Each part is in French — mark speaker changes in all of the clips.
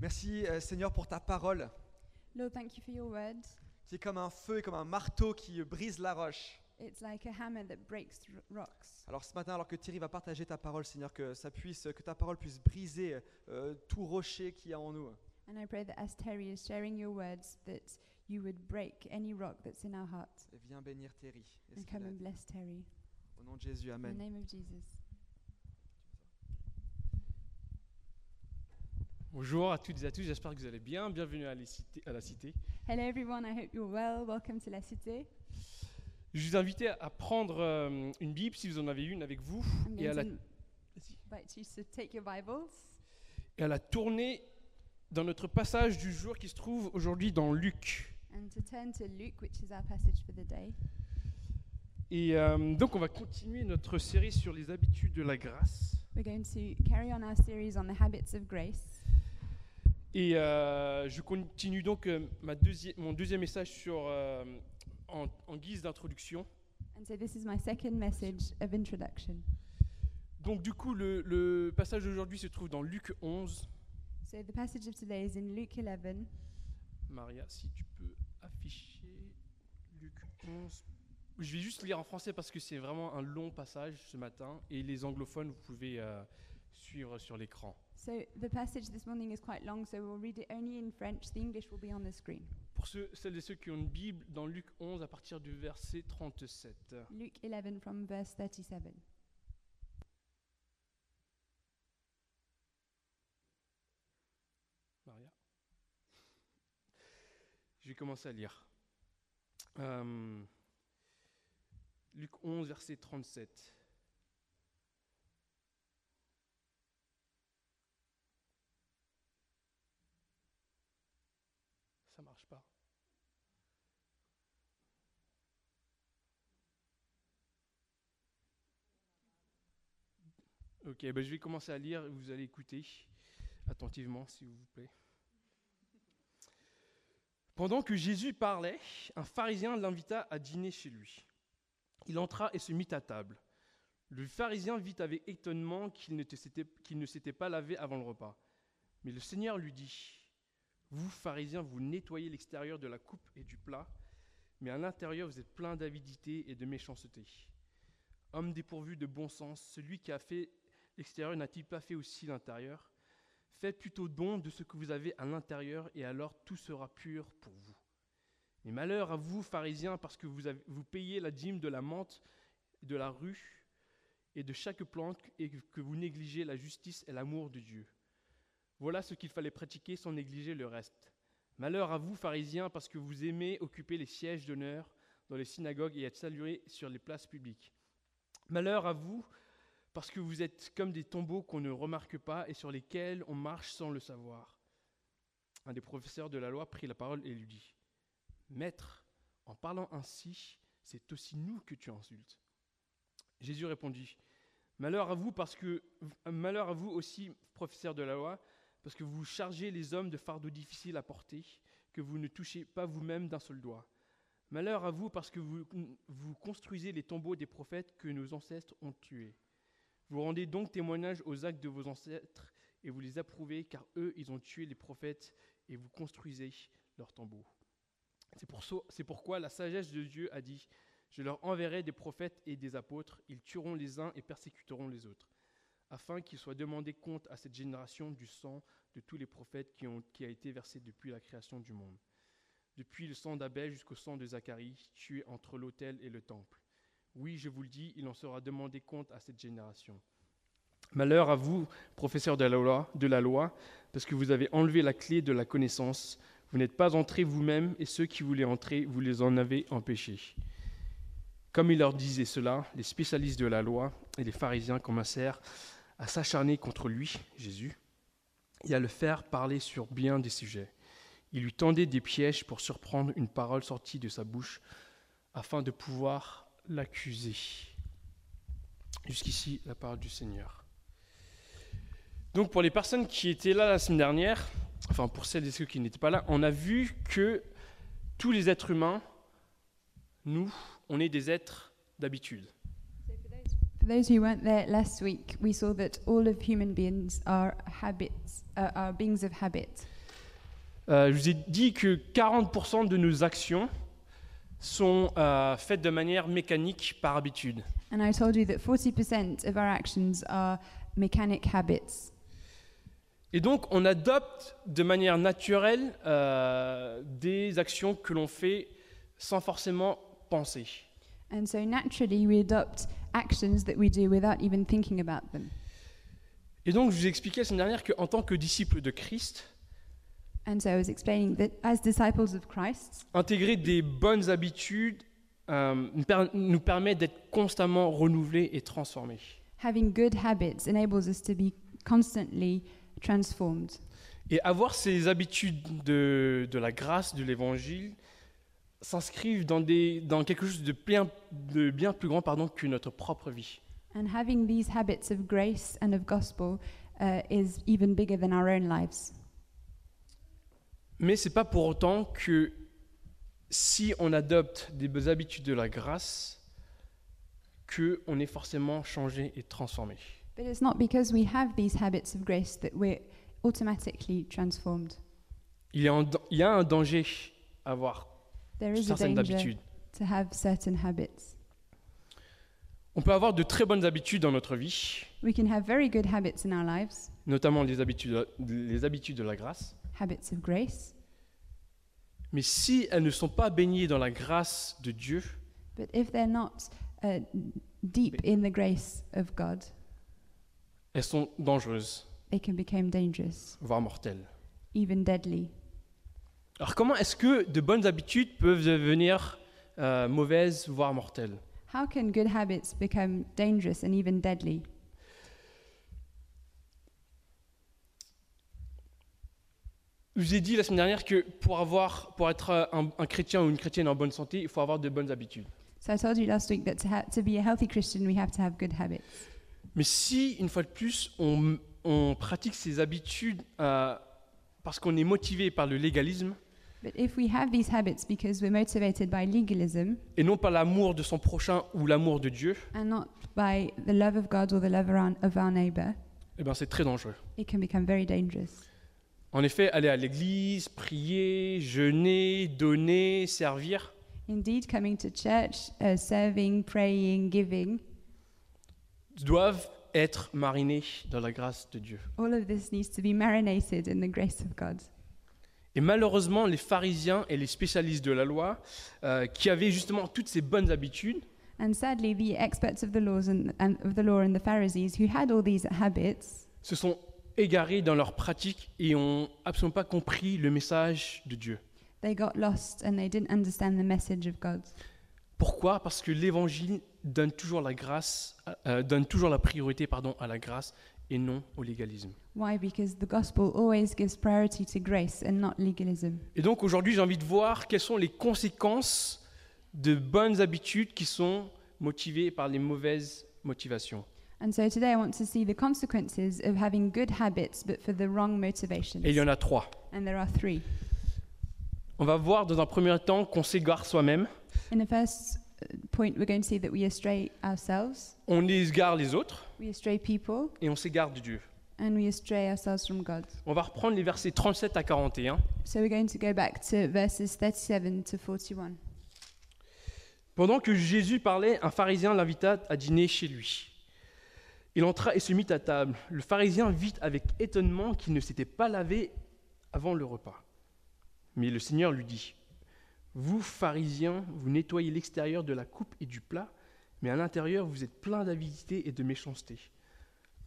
Speaker 1: Merci euh, Seigneur pour ta parole
Speaker 2: Lord, thank you for your word.
Speaker 1: qui est comme un feu et comme un marteau qui euh, brise la roche.
Speaker 2: It's like a hammer that breaks th- rocks.
Speaker 1: Alors ce matin, alors que Thierry va partager ta parole, Seigneur, que ça puisse, que ta parole puisse briser euh, tout rocher qu'il y a en nous.
Speaker 2: And I pray that as Terry is sharing your words, that you would break any rock that's in our heart.
Speaker 1: Et viens bénir Thierry. et ce
Speaker 2: And
Speaker 1: qu'il
Speaker 2: come
Speaker 1: a
Speaker 2: and
Speaker 1: dit.
Speaker 2: bless Terry.
Speaker 1: Au nom de Jésus,
Speaker 2: In the
Speaker 1: Amen.
Speaker 2: name of Jesus.
Speaker 3: Bonjour à toutes et à tous, j'espère que vous allez bien. Bienvenue à, les cité- à la Cité.
Speaker 2: Hello, everyone. I hope you're well. Welcome to La Cité.
Speaker 3: Je vous invite à prendre euh, une Bible si vous en avez une avec vous
Speaker 2: I'm
Speaker 3: et
Speaker 2: going
Speaker 3: à la,
Speaker 2: to invite you to take your Bibles
Speaker 3: et à la tourner dans notre passage du jour qui se trouve aujourd'hui dans Luc.
Speaker 2: and to turn to Luke, which is our passage for the day.
Speaker 3: Et euh, donc on va continuer notre série sur les habitudes de la grâce.
Speaker 2: We're going to carry on our series on the habits of grace.
Speaker 3: Et euh, je continue donc euh, ma deuxi- mon deuxième message sur, euh, en, en guise d'introduction.
Speaker 2: And so, this is my second message of introduction.
Speaker 3: Donc du coup, le, le passage d'aujourd'hui se trouve dans Luc 11.
Speaker 2: So, the passage of today is in Luke 11.
Speaker 3: Maria, si tu peux afficher Luc 11. Je vais juste lire en français parce que c'est vraiment un long passage ce matin et les anglophones, vous pouvez euh, suivre sur l'écran.
Speaker 2: So the passage this morning is quite long, so we'll read it only in French. The English will be on the screen.
Speaker 3: Pour ceux, celles et ceux qui ont une Bible, dans Luc 11 à partir du verset 37.
Speaker 2: Luke 11 from verse 37.
Speaker 3: Maria. Je vais commencer à lire. Euh, Luc 11, verset 37. Ça marche pas. Ok, ben je vais commencer à lire, vous allez écouter attentivement, s'il vous plaît. Pendant que Jésus parlait, un pharisien l'invita à dîner chez lui. Il entra et se mit à table. Le pharisien vit avec étonnement qu'il ne te- s'était qu'il ne s'était pas lavé avant le repas. Mais le Seigneur lui dit, Vous, pharisiens, vous nettoyez l'extérieur de la coupe et du plat, mais à l'intérieur vous êtes plein d'avidité et de méchanceté. Homme dépourvu de bon sens, celui qui a fait l'extérieur n'a-t-il pas fait aussi l'intérieur Faites plutôt don de ce que vous avez à l'intérieur, et alors tout sera pur pour vous. Mais malheur à vous, pharisiens, parce que vous, avez- vous payez la dîme de la menthe, de la rue et de chaque plante, et que vous négligez la justice et l'amour de Dieu. Voilà ce qu'il fallait pratiquer sans négliger le reste. Malheur à vous, pharisiens, parce que vous aimez occuper les sièges d'honneur dans les synagogues et être salués sur les places publiques. Malheur à vous, parce que vous êtes comme des tombeaux qu'on ne remarque pas et sur lesquels on marche sans le savoir. Un des professeurs de la loi prit la parole et lui dit, Maître, en parlant ainsi, c'est aussi nous que tu insultes. Jésus répondit, Malheur à vous parce que malheur à vous aussi, professeurs de la loi, parce que vous chargez les hommes de fardeaux difficiles à porter, que vous ne touchez pas vous-même d'un seul doigt. Malheur à vous parce que vous, vous construisez les tombeaux des prophètes que nos ancêtres ont tués. Vous rendez donc témoignage aux actes de vos ancêtres et vous les approuvez, car eux, ils ont tué les prophètes et vous construisez leurs tombeaux. C'est pour ça- c'est pourquoi la sagesse de Dieu a dit Je leur enverrai des prophètes et des apôtres, ils tueront les uns et persécuteront les autres, afin qu'il soit demandé compte à cette génération du sang de tous les prophètes qui, ont- qui a été versé depuis la création du monde, depuis le sang d'Abel jusqu'au sang de Zacharie, tué entre l'autel et le temple. Oui, je vous le dis, il en sera demandé compte à cette génération. Malheur à vous, professeurs de la loi, de la loi, parce que vous avez enlevé la clé de la connaissance. Vous n'êtes pas entrés vous-même, et ceux qui voulaient entrer, vous les en avez empêchés. Comme il leur disait cela, les spécialistes de la loi et les pharisiens commencèrent à s'acharner contre lui, Jésus, et à le faire parler sur bien des sujets. Ils lui tendaient des pièges pour surprendre une parole sortie de sa bouche afin de pouvoir l'accuser. Jusqu'ici, la parole du Seigneur. Donc pour les personnes qui étaient là la semaine dernière, enfin pour celles et ceux qui n'étaient pas là, on a vu que tous les êtres humains, nous, on est des êtres d'habitude.
Speaker 2: So for those For those who weren't there last week, we saw that all of human beings are habits, uh, are beings of habit.
Speaker 3: Euh, je vous ai dit que 40% de nos actions sont euh, faites de manière mécanique par habitude.
Speaker 2: And I told you that 40% of our actions are mechanic habits.
Speaker 3: Et donc, on adopte de manière naturelle euh, des actions que l'on fait sans forcément penser.
Speaker 2: And so naturally, we adopt actions that we do without even thinking about them.
Speaker 3: Et donc, je vous expliquais la semaine dernière qu'en tant que disciple de Christ,
Speaker 2: And so I was explaining that as disciples of Christ,
Speaker 3: intégrer des bonnes habitudes euh, nous per- nous permet d'être constamment renouvelés et transformés.
Speaker 2: having good habits enables us to be constantly transformed.
Speaker 3: Et avoir ces habitudes de, de la grâce, de l'évangile, s'inscrivent dans, des- dans quelque chose de bien, de bien plus grand pardon, que notre propre vie.
Speaker 2: And having these habits of grace and of gospel uh, is even bigger than our own lives.
Speaker 3: Mais ce n'est pas pour autant que si on adopte des bonnes habitudes de la grâce, qu'on est forcément changé et transformé.
Speaker 2: But it's not because we have these habits of grace that we're automatically transformed.
Speaker 3: Il y a un dan- il y a un danger à avoir
Speaker 2: There is a
Speaker 3: certaines
Speaker 2: danger
Speaker 3: habitudes.
Speaker 2: to have certain habits.
Speaker 3: On peut avoir de très bonnes habitudes dans notre vie,
Speaker 2: We can have very good habits in our lives,
Speaker 3: notamment les habitudes, les habitudes de la grâce,
Speaker 2: habits of grace,
Speaker 3: mais si elles ne sont pas baignées dans la grâce de Dieu,
Speaker 2: but if they're not uh, deep in the grace of God,
Speaker 3: elles sont dangereuses,
Speaker 2: they can become dangerous,
Speaker 3: voire mortelles.
Speaker 2: even deadly.
Speaker 3: Alors comment est-ce que de bonnes habitudes peuvent devenir euh, mauvaises, voire mortelles
Speaker 2: How can good habits become dangerous and even deadly?
Speaker 3: Je vous ai dit la semaine dernière que pour, avoir, pour être euh, un, un chrétien ou une chrétienne en bonne santé, il faut avoir de bonnes habitudes.
Speaker 2: So I told you last week that to, ha- to be a healthy Christian, we have to have good habits.
Speaker 3: Mais si, une fois de plus, on, on pratique ces habitudes euh, parce qu'on est motivé par le légalisme
Speaker 2: But if we have these habits because we're motivated by legalism
Speaker 3: et non par l'amour de son prochain ou l'amour de Dieu,
Speaker 2: and not by the love of God or the love of our, of our neighbor,
Speaker 3: eh ben, c'est très dangereux.
Speaker 2: it can become very dangerous.
Speaker 3: En effet, aller à l'église, prier, jeûner, donner, servir,
Speaker 2: Indeed, coming to church, uh, serving, praying, giving,
Speaker 3: doivent être marinés dans la grâce de Dieu.
Speaker 2: all of this needs to be marinated in the grace of God.
Speaker 3: Et malheureusement, les pharisiens et les spécialistes de la loi, euh, qui avaient justement toutes ces bonnes habitudes,
Speaker 2: And sadly, the experts of the laws and, and of the law and the Pharisees who had all these habits
Speaker 3: se sont égarés dans leurs pratiques et ont absolument pas compris le message de Dieu.
Speaker 2: they got lost and they didn't understand the message of God.
Speaker 3: Pourquoi Parce que l'évangile donne toujours la grâce, euh, donne toujours la priorité pardon, à la grâce et non au légalisme.
Speaker 2: Why? Because the gospel always gives priority to grace and not legalism.
Speaker 3: Et donc aujourd'hui, j'ai envie de voir quelles sont les conséquences de bonnes habitudes qui sont motivées par les mauvaises motivations.
Speaker 2: And so today I want to see the consequences of having good habits but for the wrong motivations.
Speaker 3: Et il y en a trois.
Speaker 2: And there are three.
Speaker 3: On va voir dans un premier temps qu'on s'égare soi-même,
Speaker 2: In the first uh, point, we're going to see that we estray ourselves,
Speaker 3: on égare les autres
Speaker 2: we estray people,
Speaker 3: et on s'égare de Dieu.
Speaker 2: and we estray ourselves from God.
Speaker 3: On va reprendre les versets 37 à 41.
Speaker 2: So we're going to go back to verses 37 to 41.
Speaker 3: Pendant que Jésus parlait, un pharisien l'invita à dîner chez lui. Il entra et se mit à table. Le pharisien vit avec étonnement qu'il ne s'était pas lavé avant le repas. Mais le Seigneur lui dit, Vous, pharisiens, vous nettoyez l'extérieur de la coupe et du plat, mais à l'intérieur vous êtes plein d'avidité et de méchanceté.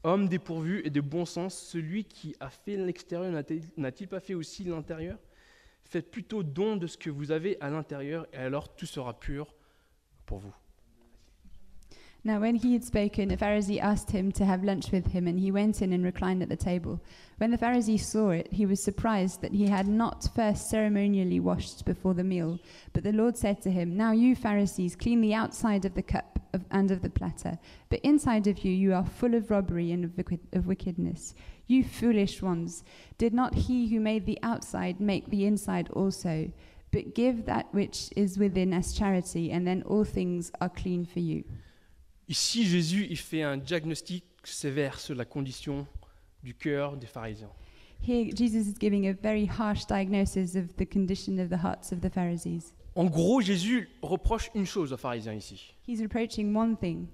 Speaker 3: Homme dépourvu et de bon sens, celui qui a fait l'extérieur n'a-t-il- n'a-t-il pas fait aussi l'intérieur Faites plutôt don de ce que vous avez à l'intérieur, et alors tout sera pur pour vous.
Speaker 2: Now, when he had spoken, a Pharisee asked him to have lunch with him, and he went in and reclined at the table. When the Pharisee saw it, he was surprised that he had not first ceremonially washed before the meal. But the Lord said to him, Now you Pharisees clean the outside of the cup of, and of the platter, but inside of you you are full of robbery and of, wicked, of wickedness. You foolish ones, did not he who made the outside make the inside also? But give that which is within as charity, and then all things are clean for you.
Speaker 3: Ici, Jésus, il fait un diagnostic sévère sur la condition du cœur des pharisiens.
Speaker 2: Here, Jesus is giving a very harsh diagnosis of the condition of the hearts of the Pharisees.
Speaker 3: En gros, Jésus reproche une chose aux pharisiens ici.
Speaker 2: He's reproaching one thing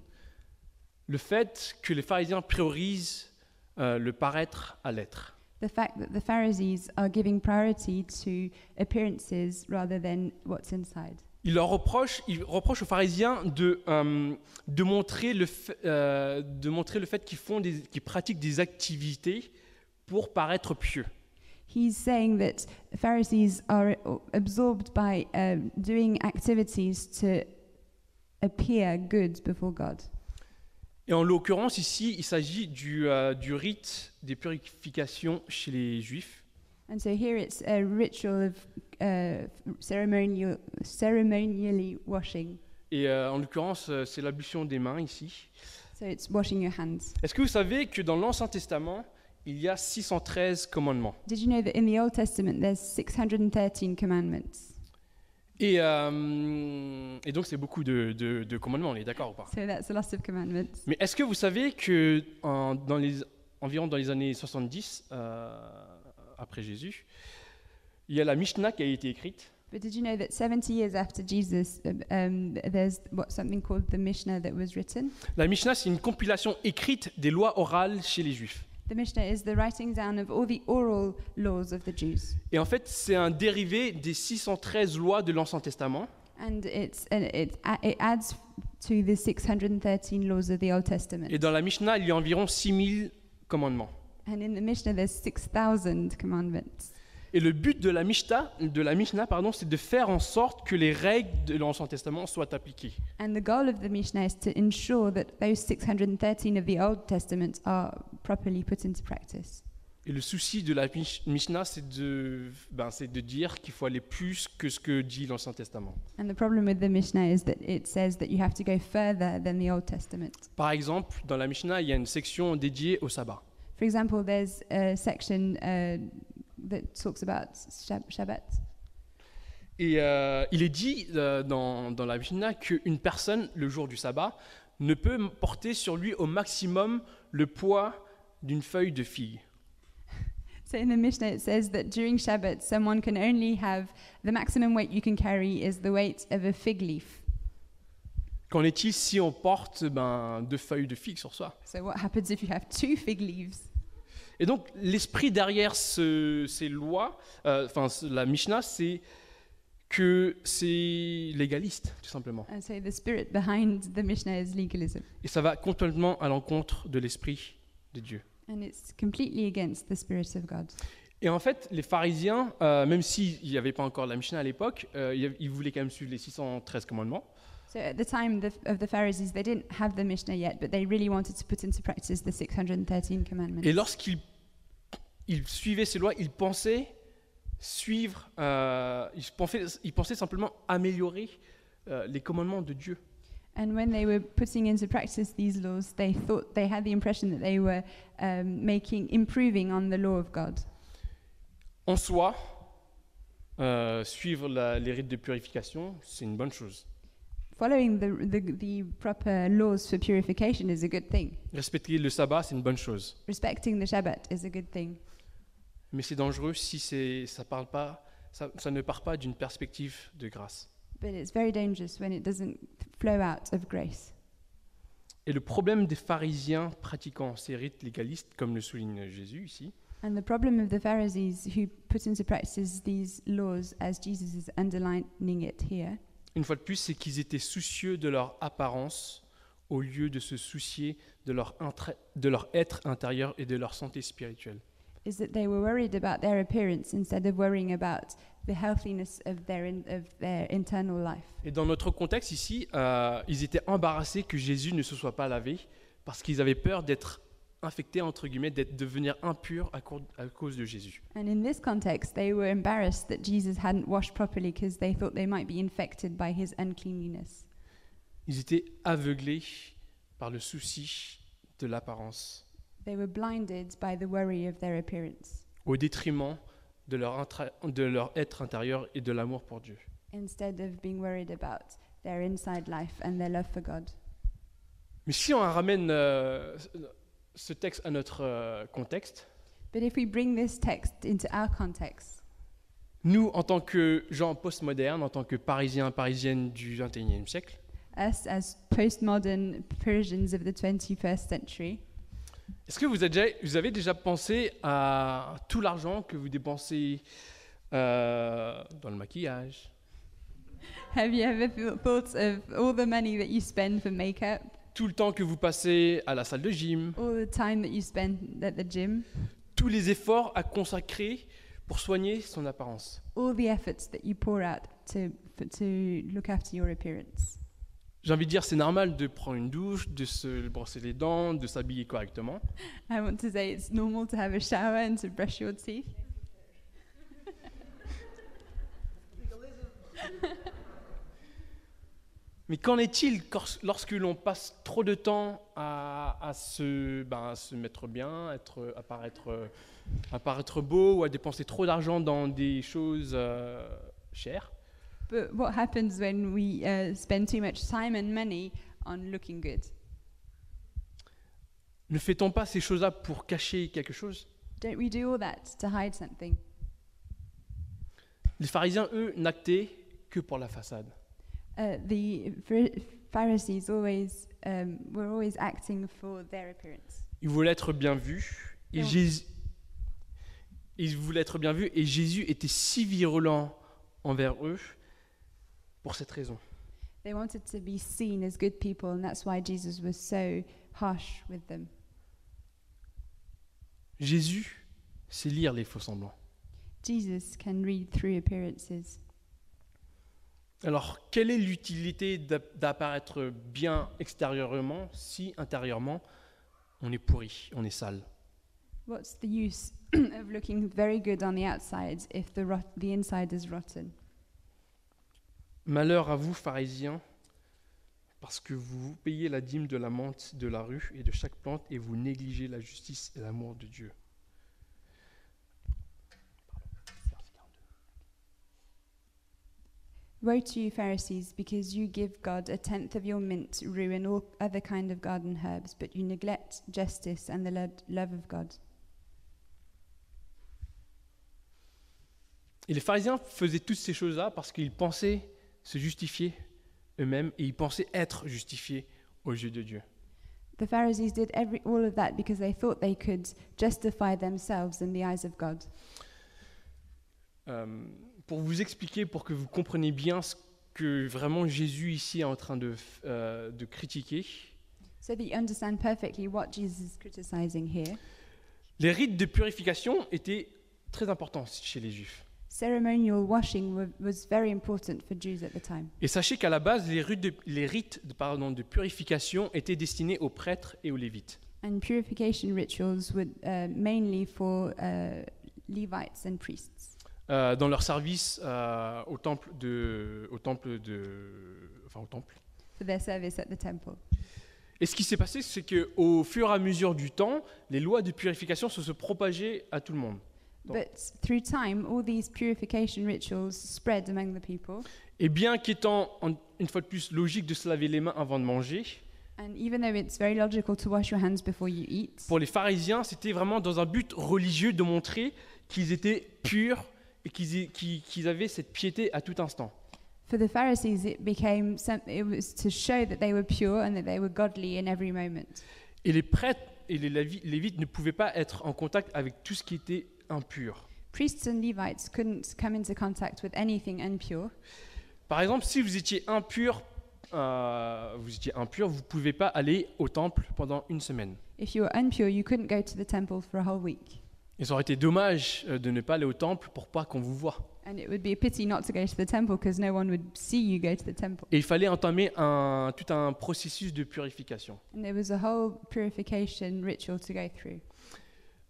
Speaker 3: Le fait que les pharisiens priorisent euh, le paraître à l'être.
Speaker 2: the fact that the Pharisees are giving priority to appearances rather than what's inside.
Speaker 3: Il leur reproche, il reproche aux pharisiens de, euh, de, montrer, le fait, euh, de montrer le fait qu'ils font des, qu'ils pratiquent des activités pour paraître pieux.
Speaker 2: He's saying that Pharisees are uh, absorbed by uh, doing activities to appear good before God.
Speaker 3: Et en l'occurrence, ici, il s'agit du, euh, du rite des purifications chez les juifs.
Speaker 2: And so here it's a ritual of uh, ceremonial, ceremonially washing.
Speaker 3: Et euh, en l'occurrence, euh, c'est l'ablution des mains ici.
Speaker 2: So it's washing your hands.
Speaker 3: Est-ce que vous savez que dans l'Ancien Testament, il y a 613 commandements
Speaker 2: Did you know that in the Old Testament there's 613 commandments?
Speaker 3: Et, euh, et donc, c'est beaucoup de, de- de commandements, on est d'accord ou pas
Speaker 2: So that's a lot of commandments.
Speaker 3: Mais est-ce que vous savez que en- dans les, environ dans les années 70, euh, après Jésus, il y a la Mishnah qui a été écrite
Speaker 2: But did you know that 70 years after Jesus, um, um, there's what something called the Mishnah that was written?
Speaker 3: La Mishnah, c'est une compilation écrite des lois orales chez les juifs.
Speaker 2: The Mishnah is the writing down of all the oral laws of the Jews.
Speaker 3: Et en fait, c'est un dérivé des 613 lois de l'Ancien Testament.
Speaker 2: And it's, and it, a- it adds to the 613 laws of the Old Testament.
Speaker 3: Et dans la Mishnah, il y a environ 6000 commandements.
Speaker 2: and in the Mishnah, there's 6,000 commandments.
Speaker 3: Et le but de la Mishnah, de la Mishnah pardon, c'est de faire en sorte que les règles de l'Ancien Testament soient appliquées.
Speaker 2: And the goal of the Mishnah is to ensure that those 613 of the Old Testament are properly put into practice.
Speaker 3: Et le souci de la Mich- Mishnah, c'est de, ben, c'est de dire qu'il faut aller plus que ce que dit l'Ancien Testament.
Speaker 2: And the problem with the Mishnah is that it says that you have to go further than the Old Testament.
Speaker 3: Par exemple, dans la Mishnah, il y a une section dédiée au sabbat.
Speaker 2: For example, there's a section uh, that talks about Shab- Shabbat,
Speaker 3: Et euh, il est dit euh, dans, dans la Mishnah qu'une personne, le jour du sabbat, ne peut m- porter sur lui au maximum le poids d'une feuille de figue.
Speaker 2: So in the Mishnah, it says that during Shabbat, someone can only have the maximum weight you can carry is the weight of a fig leaf.
Speaker 3: Qu'en est-il si on porte ben, deux feuilles de figue sur soi
Speaker 2: So what happens if you have two fig leaves?
Speaker 3: Et donc, l'esprit derrière ce- ces lois, euh, enfin ce- la Mishnah, c'est que c'est légaliste, tout simplement.
Speaker 2: And so the spirit behind the Mishnah is legalism,
Speaker 3: Et ça va complètement à l'encontre de l'esprit de Dieu.
Speaker 2: and it's completely against the spirit of God.
Speaker 3: Et en fait, les pharisiens, euh, même s'il n'y avait pas encore la Mishnah à l'époque, euh, il y a- ils voulaient quand même suivre les 613 commandements.
Speaker 2: So at the time the, of the Pharisees, they didn't have the Mishnah yet, but they really wanted to put into practice the 613 commandments.
Speaker 3: Et lorsqu'ils ils suivaient ces lois, ils pensaient suivre, euh, ils, pensaient, ils pensaient simplement améliorer euh, les commandements de Dieu.
Speaker 2: And when they were putting into practice these laws, they thought they had the impression that they were um, making improving on the law of God.
Speaker 3: En soi, euh, suivre la- les rites de purification, c'est une bonne chose.
Speaker 2: Following the, the, the proper laws for purification is a good thing.
Speaker 3: Respecter le sabbat, c'est une bonne chose.
Speaker 2: Respecting the Shabbat is a good thing.
Speaker 3: Mais c'est dangereux si c'est- ça, parle pas, ça, ça ne part pas d'une perspective de grâce.
Speaker 2: But it's very dangerous when it doesn't flow out of grace.
Speaker 3: Et le problème des pharisiens pratiquant ces rites légalistes, comme le souligne Jésus ici,
Speaker 2: And the problem of the Pharisees who put into practice these laws, as Jesus is underlining it here,
Speaker 3: une fois de plus, c'est qu'ils étaient soucieux de leur apparence au lieu de se soucier de leur, intré- de leur être intérieur et de leur santé spirituelle.
Speaker 2: is that they were worried about their appearance instead of worrying about the healthiness of their, in, of their internal life.
Speaker 3: Et dans notre contexte ici, euh, ils étaient embarrassés que Jésus ne se soit pas lavé parce qu'ils avaient peur d'être infectés, entre guillemets, d'être, de devenir impurs à, cour- à cause de Jésus.
Speaker 2: And in this context, they were embarrassed that Jesus hadn't washed properly because they thought they might be infected by his uncleanliness.
Speaker 3: Ils étaient aveuglés par le souci de l'apparence
Speaker 2: They were blinded by the worry of their appearance
Speaker 3: au détriment de leur, intra- de leur être intérieur et de l'amour pour Dieu.
Speaker 2: instead of being worried about their inside life and their love for God.
Speaker 3: Mais si on ramène euh, ce texte à notre euh, contexte,
Speaker 2: But if we bring this text into our context,
Speaker 3: nous, en tant que gens postmodernes, en tant que parisiens, parisiennes du XXIe siècle,
Speaker 2: us as postmodern Persians of the 21st century,
Speaker 3: Est-ce que vous avez, déjà, vous avez déjà pensé à tout l'argent que vous dépensez euh, dans le maquillage,
Speaker 2: have you ever th- thought of all the money that you spend for makeup,
Speaker 3: tout le temps que vous passez à la salle de gym,
Speaker 2: all the time that you spend at the gym,
Speaker 3: tous les efforts à consacrer pour soigner son apparence
Speaker 2: all the efforts that you pour out to, for, to look after your appearance?
Speaker 3: J'ai envie de dire, c'est normal de prendre une douche, de se brosser les dents, de s'habiller correctement.
Speaker 2: I want to say it's normal to have a shower and to brush your teeth.
Speaker 3: Mais qu'en est-il cors- lorsque l'on passe trop de temps à, à se, ben, à se mettre bien, être, à, paraître, euh, à paraître beau ou à dépenser trop d'argent dans des choses euh, chères
Speaker 2: But what happens when we uh, spend too much time and money on looking good?
Speaker 3: Ne fait-on pas ces choses-là pour cacher quelque chose
Speaker 2: Don't we do all that to hide something?
Speaker 3: Les pharisiens, eux, n'actaient que pour la façade.
Speaker 2: Uh, the Phari- Pharisees always um, were always acting for their appearance.
Speaker 3: Ils voulaient être bien vus. Et
Speaker 2: Non.
Speaker 3: Jésus... Ils voulaient être bien vus et Jésus était si virulent envers eux pour cette raison.
Speaker 2: They wanted to be seen as good people, and that's why Jesus was so harsh with them.
Speaker 3: Jésus sait lire les faux semblants.
Speaker 2: Jesus can read through appearances.
Speaker 3: Alors, quelle est l'utilité d'app- d'apparaître bien extérieurement si intérieurement on est pourri, on est sale
Speaker 2: What's the use of looking very good on the outside if the rot- the inside is rotten?
Speaker 3: Malheur à vous, pharisiens, parce que vous payez la dîme de la menthe, de la rue et de chaque plante et vous négligez la justice et l'amour de Dieu.
Speaker 2: Woe to you, Pharisees, because you give God a tenth of your mint, rue, and all other kind of garden herbs, but you neglect justice and the lo- love of God.
Speaker 3: Et les pharisiens faisaient toutes ces choses-là parce qu'ils pensaient se justifier eux-mêmes et ils pensaient être justifiés aux yeux de Dieu.
Speaker 2: The Pharisees did every, all of that because they thought they could justify themselves in the eyes of God.
Speaker 3: Euh, pour vous expliquer, pour que vous compreniez bien ce que vraiment Jésus ici est en train de, f- euh, de critiquer,
Speaker 2: So that you understand perfectly what Jesus is criticizing here.
Speaker 3: les rites de purification étaient très importants chez les Juifs.
Speaker 2: Ceremonial washing wa- was very important for Jews at the time.
Speaker 3: Et sachez qu'à la base, les rites, de, les rites de- pardon, de purification étaient destinés aux prêtres et aux lévites.
Speaker 2: And purification rituals were uh, mainly for uh, Levites and priests.
Speaker 3: euh, dans leur service euh, au temple de, au temple de, enfin au temple.
Speaker 2: For their service at the temple.
Speaker 3: Et ce qui s'est passé, c'est que au fur et à mesure du temps, les lois de purification se sont propagées à tout le monde. Bon.
Speaker 2: But through time, all these purification rituals spread among the people.
Speaker 3: Et bien qu'étant en- une fois de plus logique de se laver les mains avant de manger,
Speaker 2: And even though it's very logical to wash your hands before you eat,
Speaker 3: pour les pharisiens, c'était vraiment dans un but religieux de montrer qu'ils étaient purs et qu'ils aient- qu'ils- qu'ils avaient cette piété à tout instant.
Speaker 2: For the Pharisees, it became some, it was to show that they were pure and that they were godly in every moment.
Speaker 3: Et les prêtres et les Lévi- lévites ne pouvaient pas être en contact avec tout ce qui était impur.
Speaker 2: Priests and Levites couldn't come into contact with anything impure.
Speaker 3: Par exemple, si vous étiez impur, euh, vous étiez impur, vous ne pouvez pas aller au temple pendant une semaine.
Speaker 2: If you were impure, you couldn't go to the temple for a whole week.
Speaker 3: Et ça aurait été dommage euh, de ne pas aller au temple pour pas qu'on vous voie.
Speaker 2: And it would be a pity not to go to the temple because no one would see you go to the temple.
Speaker 3: Et il fallait entamer un, tout un processus de purification.
Speaker 2: And there was a whole purification ritual to go through.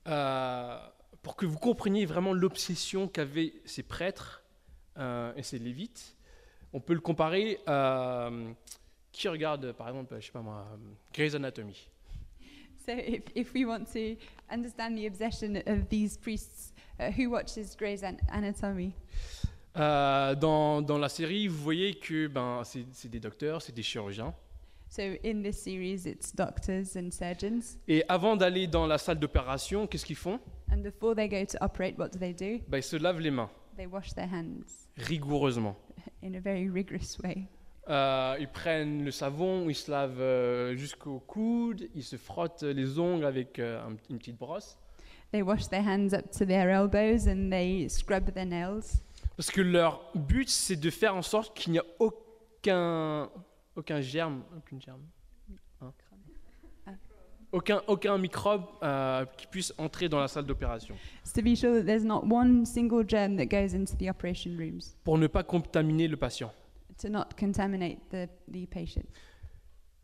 Speaker 3: Euh, pour que vous compreniez vraiment l'obsession qu'avaient ces prêtres euh, et ces lévites, on peut le comparer à euh, qui regarde, par exemple, je sais pas moi, euh, Grey's Anatomy.
Speaker 2: So if, if we want to understand the obsession of these priests, uh, who watches Grey's An- Anatomy?
Speaker 3: Euh, dans, dans la série, vous voyez que ben, c'est c'est des docteurs, c'est des chirurgiens.
Speaker 2: So in this series, it's doctors and surgeons.
Speaker 3: Et avant d'aller dans la salle d'opération, qu'est-ce qu'ils font
Speaker 2: And before they go to operate, what do they do?
Speaker 3: Ben, Ils se lavent les mains,
Speaker 2: They wash their hands
Speaker 3: rigoureusement.
Speaker 2: in a very rigorous way.
Speaker 3: Euh, ils prennent le savon, ils se lavent euh, jusqu'au coude, ils se frottent les ongles avec euh, un- une petite brosse.
Speaker 2: They wash their hands up to their elbows and they scrub their nails
Speaker 3: Parce que leur but, c'est de faire en sorte qu'il n'y a aucun, aucun germe, aucune germe, hein.
Speaker 2: Ah.
Speaker 3: aucun, aucun microbe euh, qui puisse entrer dans la salle d'opération,
Speaker 2: It's to be sure that there's not one single germ that goes into the operation rooms
Speaker 3: pour ne pas contaminer le patient.
Speaker 2: to not contaminate the, the patient.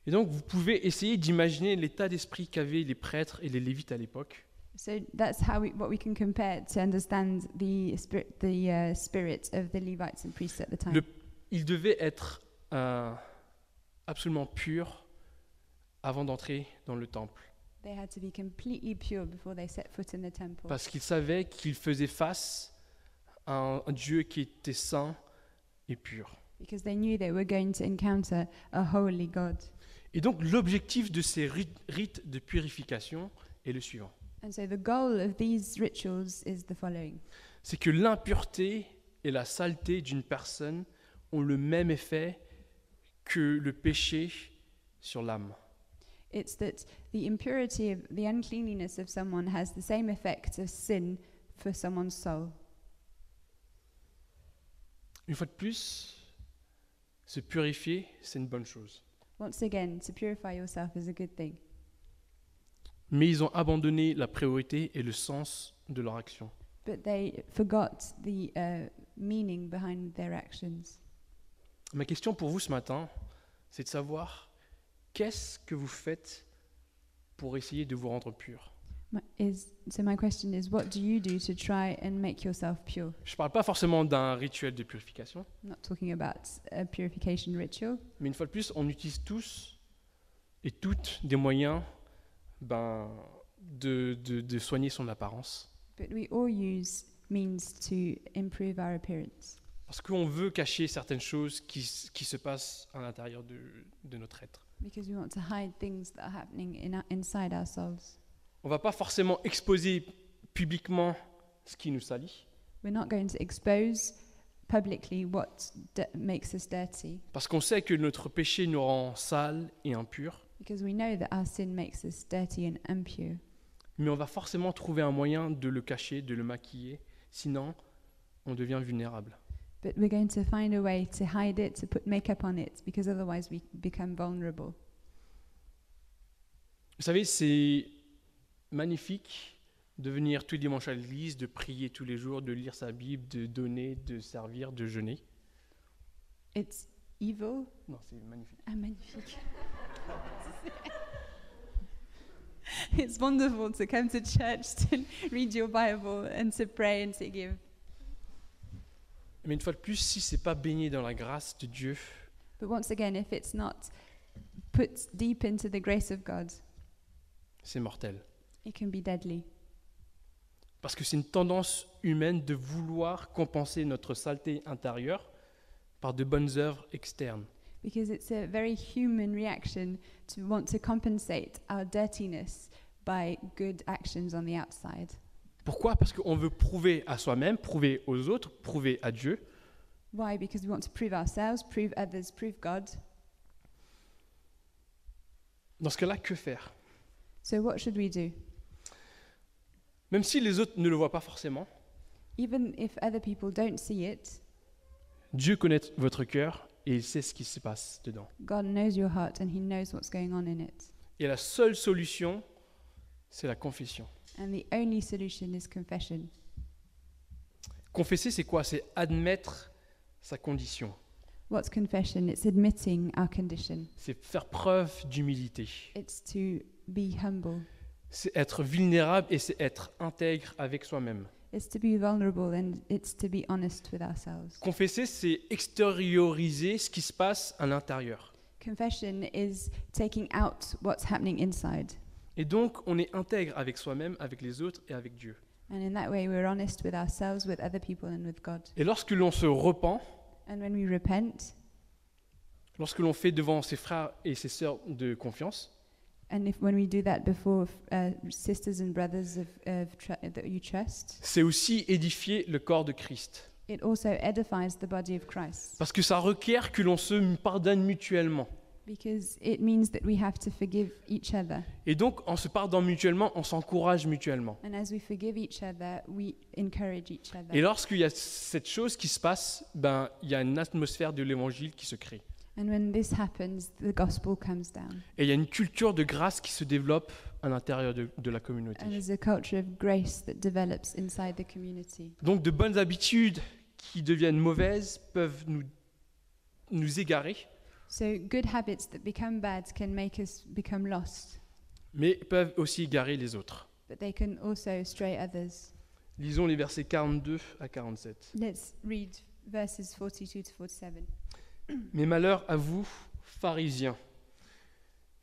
Speaker 3: Et donc, vous pouvez essayer d'imaginer l'état d'esprit qu'avaient les prêtres et les lévites à l'époque.
Speaker 2: So that's how we, what we can compare to understand the spirit, the uh, spirit of the Levites and priests at the time.
Speaker 3: Le- Ils devaient être euh, absolument purs avant d'entrer dans le temple,
Speaker 2: They had to be completely pure before they set foot in the temple
Speaker 3: parce qu'ils savaient qu'ils faisaient face à un- un Dieu qui était saint et pur.
Speaker 2: because they knew they were going to encounter a holy God.
Speaker 3: Et donc l'objectif de ces rit- rites de purification est le suivant.
Speaker 2: And so the goal of these rituals is the following
Speaker 3: C'est que l'impureté et la saleté d'une personne ont le même effet que le péché sur l'âme.
Speaker 2: it's that the impurity of the uncleanliness of someone has the same effect as sin for someone's soul.
Speaker 3: Une fois de plus, se purifier, c'est une bonne chose.
Speaker 2: Once again, to purify yourself is a good thing.
Speaker 3: Mais ils ont abandonné la priorité et le sens de leur action.
Speaker 2: But they forgot the uh, meaning behind their actions.
Speaker 3: Ma question pour vous ce matin, c'est de savoir qu'est-ce que vous faites pour essayer de vous rendre pur.
Speaker 2: My, is, so my question is, what do you do to try and make yourself pure?
Speaker 3: Je ne parle pas forcément d'un rituel de purification.
Speaker 2: I'm not talking about a purification ritual,
Speaker 3: Mais une fois de plus, on utilise tous et toutes des moyens ben, de, de- de soigner son apparence.
Speaker 2: but we all use means to improve our appearance
Speaker 3: Parce qu'on veut cacher certaines choses qui, s- qui se passent à l'intérieur de, de notre être.
Speaker 2: because we want to hide things that are happening in our, inside ourselves.
Speaker 3: On va pas forcément exposer publiquement ce qui nous salit,
Speaker 2: We're not going to expose publicly what d- makes us dirty
Speaker 3: parce qu'on sait que notre péché nous rend sales et impurs,
Speaker 2: because we know that our sin makes us dirty and impure.
Speaker 3: mais on va forcément trouver un moyen de le cacher, de le maquiller, sinon on devient vulnérable.
Speaker 2: But we're going to find a way to hide it, to put makeup on it, because otherwise we become vulnerable.
Speaker 3: Vous savez, c'est magnifique de venir tous les dimanches à l'église, de prier tous les jours, de lire sa Bible, de donner, de servir, de jeûner.
Speaker 2: It's evil.
Speaker 3: Non, c'est magnifique.
Speaker 2: Ah, magnifique. it's wonderful to come to church, to read your Bible, and to pray and to give.
Speaker 3: Mais une fois de plus, si c'est pas baigné dans la grâce de Dieu,
Speaker 2: But once again, if it's not put deep into the grace of God,
Speaker 3: c'est mortel.
Speaker 2: it can be deadly.
Speaker 3: Parce que c'est une tendance humaine de vouloir compenser notre saleté intérieure par de bonnes œuvres externes.
Speaker 2: because it's a very human reaction to want to compensate our dirtiness by good actions on the outside.
Speaker 3: Pourquoi Parce qu'on veut prouver à soi-même, prouver aux autres, prouver à Dieu
Speaker 2: Why? Because we want to prove ourselves, prove others, prove God.
Speaker 3: Dans ce cas-là, que faire
Speaker 2: So, what should we do?
Speaker 3: Même si les autres ne le voient pas forcément,
Speaker 2: Even if other people don't see it,
Speaker 3: Dieu connaît votre cœur et il sait ce qui se passe dedans.
Speaker 2: God knows your heart and He knows what's going on in it.
Speaker 3: Et la seule solution, c'est la confession.
Speaker 2: And the only solution is confession.
Speaker 3: Confesser, c'est quoi C'est admettre sa condition.
Speaker 2: What's confession? It's admitting our condition,
Speaker 3: C'est faire preuve d'humilité.
Speaker 2: it's to be humble,
Speaker 3: C'est être vulnérable et c'est être intègre avec soi-même.
Speaker 2: it's to be vulnerable, and it's to be honest with ourselves.
Speaker 3: Confesser, c'est extérioriser ce qui se passe à l'intérieur.
Speaker 2: Confession is taking out what's happening inside.
Speaker 3: Et donc, on est intègre avec soi-même, avec les autres et avec Dieu.
Speaker 2: And in that way, we're honest with ourselves, with other people, and with God.
Speaker 3: Et lorsque l'on se repent,
Speaker 2: And when we repent,
Speaker 3: Lorsque l'on fait devant ses frères et ses sœurs de confiance,
Speaker 2: And if when we do that before uh, sisters and brothers of, of tr- that you trust,
Speaker 3: c'est aussi édifier le corps de Christ.
Speaker 2: it also edifies the body of Christ
Speaker 3: Parce que ça requiert que l'on se pardonne mutuellement.
Speaker 2: because it means that we have to forgive each other.
Speaker 3: Et donc, en se pardonnant mutuellement, on s'encourage mutuellement.
Speaker 2: And as we forgive each other, we encourage each other.
Speaker 3: Et lorsqu'il y a cette chose qui se passe, ben, il y a une atmosphère de l'évangile qui se crée.
Speaker 2: And when this happens, the gospel comes down.
Speaker 3: Et il y a une culture de grâce qui se développe à l'intérieur de, de la communauté.
Speaker 2: And there's a culture of grace that develops inside the community.
Speaker 3: Donc de bonnes habitudes qui deviennent mauvaises peuvent nous, nous égarer,
Speaker 2: So good habits that become bad can make us become lost,
Speaker 3: mais peuvent aussi égarer les autres.
Speaker 2: but they can also stray others.
Speaker 3: Lisons les versets 42 à 47.
Speaker 2: Let's read verses 42 to 47.
Speaker 3: Mais malheur à vous, pharisiens,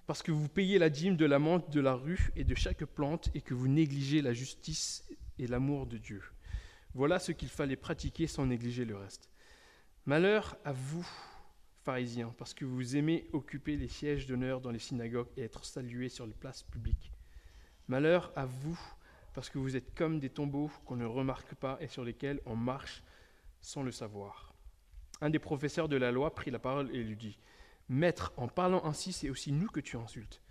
Speaker 3: parce que vous payez la dîme de la menthe, de la rue et de chaque plante, et que vous négligez la justice et l'amour de Dieu. Voilà ce qu'il fallait pratiquer sans négliger le reste. Malheur à vous, pharisiens, parce que vous aimez occuper les sièges d'honneur dans les synagogues et être salués sur les places publiques. Malheur à vous, parce que vous êtes comme des tombeaux qu'on ne remarque pas et sur lesquels on marche sans le savoir. Un des professeurs de la loi prit la parole et lui dit Maître, en parlant ainsi, c'est aussi nous que tu insultes.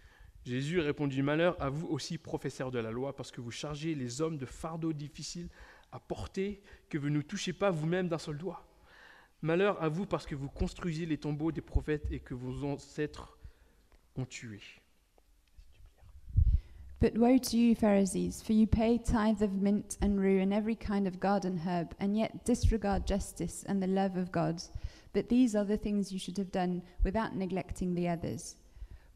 Speaker 3: Jésus répondit Malheur à vous aussi, professeurs de la loi, parce que vous chargez les hommes de fardeaux difficiles à porter, que vous ne touchez pas vous-même d'un seul doigt. Malheur à vous parce que vous construisez les tombeaux des prophètes et que vos ancêtres ont tué.
Speaker 2: But woe to you, Pharisees, for you pay tithe of mint and rue and every kind of garden herb, and yet disregard justice and the love of God. But these are the things you should have done without neglecting the others.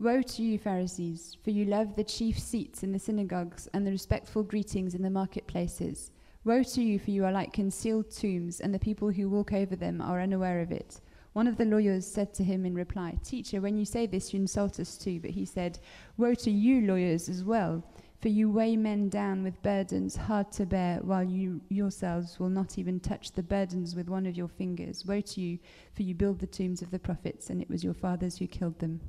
Speaker 2: Woe to you, Pharisees, for you love the chief seats in the synagogues and the respectful greetings in the marketplaces. Woe to you, for you are like concealed tombs, and the people who walk over them are unaware of it. One of the lawyers said to him in reply, Teacher, when you say this, you insult us too. But he said, Woe to you, lawyers, as well, for you weigh men down with burdens hard to bear, while you yourselves will not even touch the burdens with one of your fingers. Woe to you, for you build the tombs of the prophets, and it was your fathers who killed them.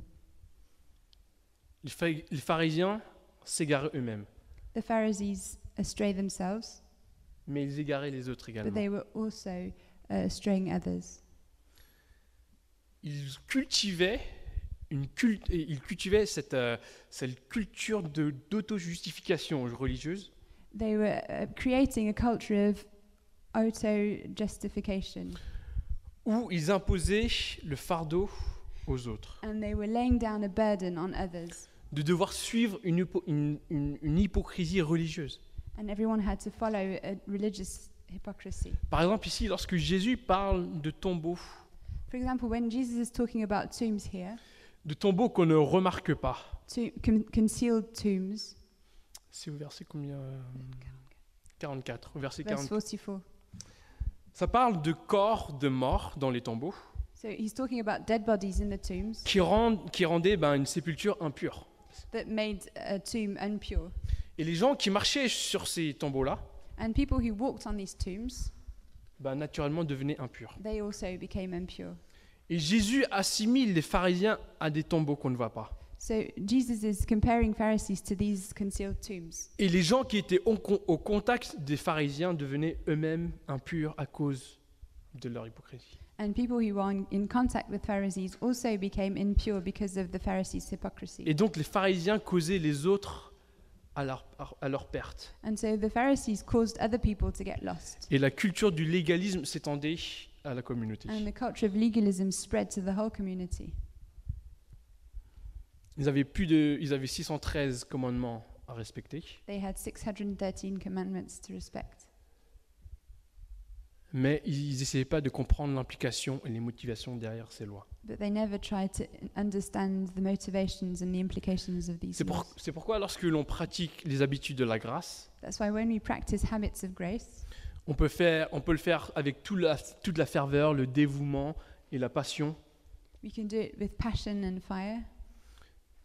Speaker 3: Les pha- les pharisiens s'égaraient eux-mêmes,
Speaker 2: The Pharisees astray themselves,
Speaker 3: mais ils égaraient les autres
Speaker 2: but
Speaker 3: également.
Speaker 2: they were also uh, straying others.
Speaker 3: ils cultivaient une cul- et ils cultivaient cette, euh, cette culture de d'auto-justification religieuse
Speaker 2: They were uh, creating a culture of auto justification.
Speaker 3: où ils imposaient le fardeau aux autres,
Speaker 2: and they were laying down a burden on others,
Speaker 3: de devoir suivre une, hypo- une- une- une hypocrisie religieuse.
Speaker 2: and everyone had to follow a religious hypocrisy.
Speaker 3: Par exemple ici, lorsque Jésus parle de tombeaux,
Speaker 2: For example, when Jesus is talking about tombs here,
Speaker 3: de tombeaux qu'on ne remarque pas,
Speaker 2: to, con- concealed tombs,
Speaker 3: c'est au verset combien euh, 44, au verset
Speaker 2: verse
Speaker 3: 44.
Speaker 2: 44.
Speaker 3: Ça parle de corps de morts dans les tombeaux
Speaker 2: So he's talking about dead bodies in the tombs
Speaker 3: qui, rendent, qui rendaient ben, une sépulture impure.
Speaker 2: that made a tomb impure.
Speaker 3: Et les gens qui marchaient sur ces tombeaux-là,
Speaker 2: And people who walked on these tombs,
Speaker 3: bah, naturellement devenaient impurs.
Speaker 2: they also became impure.
Speaker 3: Et Jésus assimile les pharisiens à des tombeaux qu'on ne voit pas.
Speaker 2: So Jesus is comparing Pharisees to these concealed tombs.
Speaker 3: Et les gens qui étaient au, con- au contact des pharisiens devenaient eux-mêmes impurs à cause de leur hypocrisie.
Speaker 2: And people who were in, in contact with Pharisees also became impure because of the Pharisees' hypocrisy.
Speaker 3: Et donc les pharisiens causaient les autres à leur, à leur perte.
Speaker 2: And so the Pharisees caused other people to get lost.
Speaker 3: Et la culture du légalisme s'étendait à la communauté.
Speaker 2: And the culture of legalism spread to the whole community.
Speaker 3: Ils avaient, plus de, ils avaient 613 commandements à respecter,
Speaker 2: They had 613 commandments to respect,
Speaker 3: mais ils n'essayaient pas de comprendre l'implication et les motivations derrière ces lois.
Speaker 2: but they never tried to understand the motivations and the implications of these
Speaker 3: C'est pour-
Speaker 2: laws.
Speaker 3: c'est pourquoi lorsque l'on pratique les habitudes de la grâce,
Speaker 2: That's why when we practice habits of grace,
Speaker 3: on peut, faire, on peut le faire avec tout la- toute la ferveur, le dévouement et la passion.
Speaker 2: we can do it with passion and fire.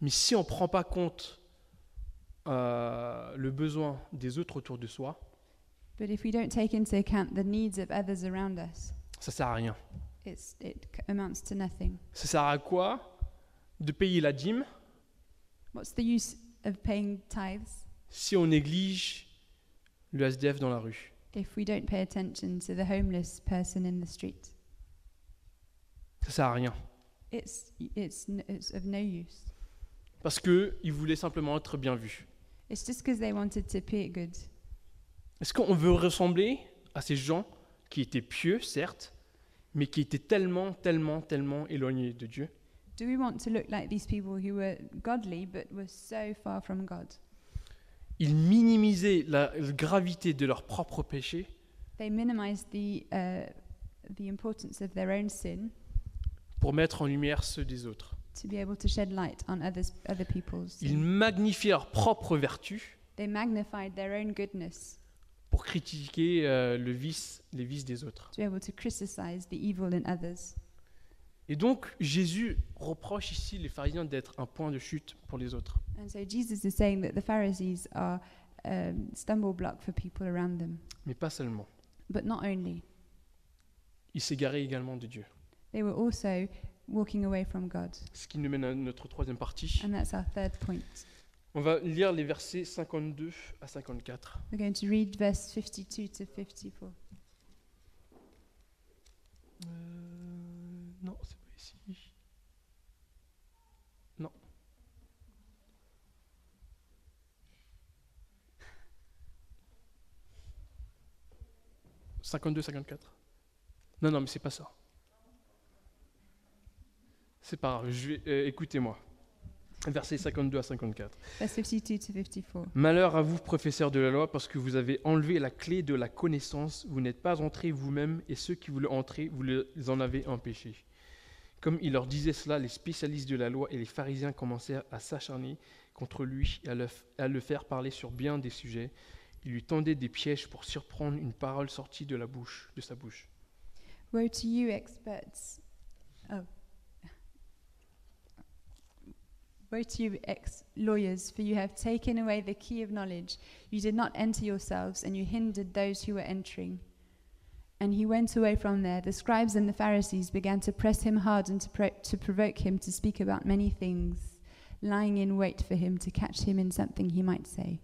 Speaker 3: Mais si on ne prend pas compte euh, le besoin des autres autour de soi,
Speaker 2: But if we don't take into account the needs of others around us,
Speaker 3: ça ne sert à rien.
Speaker 2: It's, it c- amounts to nothing.
Speaker 3: Ça sert à quoi de payer la dîme
Speaker 2: What's the use of paying tithes
Speaker 3: si on néglige le SDF dans la rue
Speaker 2: if we don't pay attention to the homeless person in the street?
Speaker 3: Ça sert à rien.
Speaker 2: It's, it's, n- it's of no use.
Speaker 3: Parce qu'ils voulaient simplement être bien vus.
Speaker 2: It's just because they wanted to appear good.
Speaker 3: Est-ce qu'on veut ressembler à ces gens qui étaient pieux, certes, mais qui étaient tellement, tellement, tellement éloignés de Dieu
Speaker 2: Do we want to look like these people who were godly but were so far from God?
Speaker 3: Ils minimisaient la gravité de leur propre péché
Speaker 2: They minimized the, uh, the importance of their own sin
Speaker 3: pour mettre en lumière ceux des autres.
Speaker 2: to be able to shed light on others, other people's.
Speaker 3: Ils
Speaker 2: sin.
Speaker 3: magnifiaient leur propre vertu
Speaker 2: They magnified their own goodness
Speaker 3: pour critiquer euh, le vice, les vices des autres.
Speaker 2: to be able to criticize the evil in others.
Speaker 3: Et donc Jésus reproche ici les pharisiens d'être un point de chute pour les autres.
Speaker 2: And so Jesus is saying that the Pharisees are um, stumble block for people around them.
Speaker 3: Mais pas seulement.
Speaker 2: But not only,
Speaker 3: Ils s'égaraient également de Dieu.
Speaker 2: they were also walking away from God.
Speaker 3: Ce qui nous mène à notre troisième partie.
Speaker 2: And that's our third point.
Speaker 3: On va lire les versets 52 à 54.
Speaker 2: We're going to read verse 52 to 54.
Speaker 3: Euh, non, c'est pas ici. Non. « 52-54 ». Non, non, mais c'est pas ça. C'est pas grave, je vais- euh, écoutez-moi. Versets 52 à 54.
Speaker 2: Verse 52 to 54.
Speaker 3: Malheur à vous, professeurs de la loi, parce que vous avez enlevé la clé de la connaissance, vous n'êtes pas entrés vous-même, et ceux qui voulaient entrer, vous les en avez empêchés. Comme il leur disait cela, les spécialistes de la loi et les pharisiens commencèrent à s'acharner contre lui et à le, à le faire parler sur bien des sujets. Ils lui tendaient des pièges pour surprendre une parole sortie de, la bouche, de sa bouche.
Speaker 2: Woe to you, experts. Oh. Woe to you, ex lawyers, for you have taken away the key of knowledge. You did not enter yourselves, and you hindered those who were entering. And he went away from there. The scribes and the Pharisees began to press him hard and to, pro- to provoke him to speak about many things, lying in wait for him to catch him in something he might say.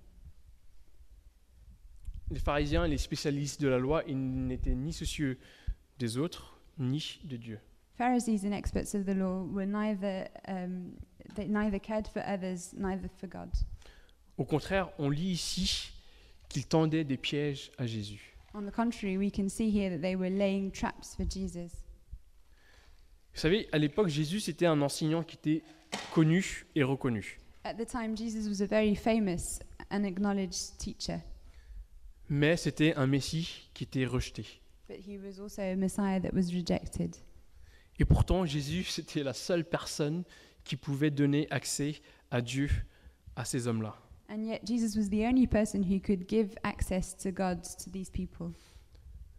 Speaker 3: Les pharisiens et les spécialistes de la loi, ils n'étaient ni soucieux des autres, ni de Dieu.
Speaker 2: Pharisees and experts of the law were neither um, they neither cared for others, neither for God.
Speaker 3: Au contraire, on lit ici qu'il tendait des pièges à Jésus.
Speaker 2: On the contrary, we can see here that they were laying traps for Jesus.
Speaker 3: Vous savez, à l'époque, Jésus, c'était un enseignant qui était connu et reconnu.
Speaker 2: At the time, Jesus was a very famous and acknowledged teacher,
Speaker 3: Mais c'était un Messie qui était rejeté.
Speaker 2: but he was also a Messiah that was rejected.
Speaker 3: Et pourtant, Jésus, c'était la seule personne qui pouvait donner accès à Dieu, à ces hommes-là.
Speaker 2: And yet, Jesus was the only person who could give access to God to these people.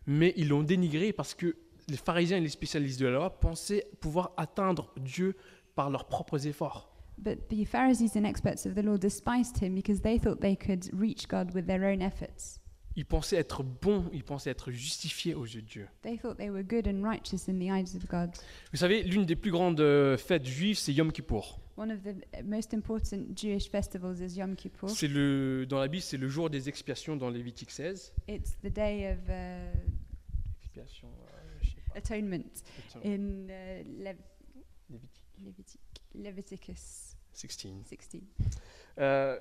Speaker 3: Mais ils l'ont dénigré parce que les pharisiens et les spécialistes de la loi pensaient pouvoir atteindre Dieu par leurs propres efforts.
Speaker 2: But the Pharisees and experts of the law despised him because they thought they could reach God with their own efforts.
Speaker 3: Ils pensaient être bons, ils pensaient être justifiés aux yeux de Dieu.
Speaker 2: They thought they were good and righteous in the eyes of God.
Speaker 3: Vous savez, l'une des plus grandes euh, fêtes juives, c'est Yom Kippour.
Speaker 2: One of the uh, most important Jewish festivals is Yom Kippur.
Speaker 3: C'est le, dans la Bible, c'est le jour des expiations dans Lévitique 16.
Speaker 2: It's the day of uh,
Speaker 3: Expiation, euh, je sais pas.
Speaker 2: atonement
Speaker 3: Attends,
Speaker 2: in uh, Lev-
Speaker 3: Lévitique
Speaker 2: Levitic- Leviticus
Speaker 3: 16.
Speaker 2: 16.
Speaker 3: Euh,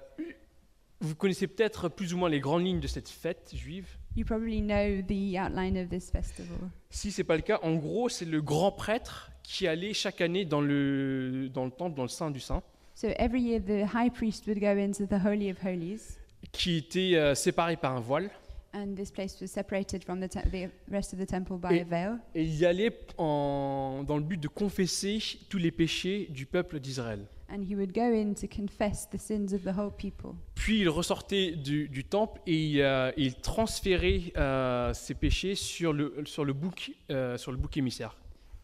Speaker 3: vous connaissez peut-être plus ou moins les grandes lignes de cette fête juive.
Speaker 2: You probably know the outline of this festival.
Speaker 3: Si c'est pas le cas, en gros, c'est le grand prêtre qui allait chaque année dans le, dans le temple, dans le sein du saint,
Speaker 2: So every year the high priest would go into the Holy of Holies,
Speaker 3: qui était euh, séparé par un voile.
Speaker 2: and this place was separated from the, te- the rest of the temple by
Speaker 3: Et-
Speaker 2: a veil.
Speaker 3: Et il y allait en- dans le but de confesser tous les péchés du peuple d'Israël.
Speaker 2: And he would go in to confess the sins of the whole people.
Speaker 3: Puis il ressortait du, du temple et euh, il transférait euh, ses péchés sur le, sur le, bouc, euh, sur le bouc émissaire.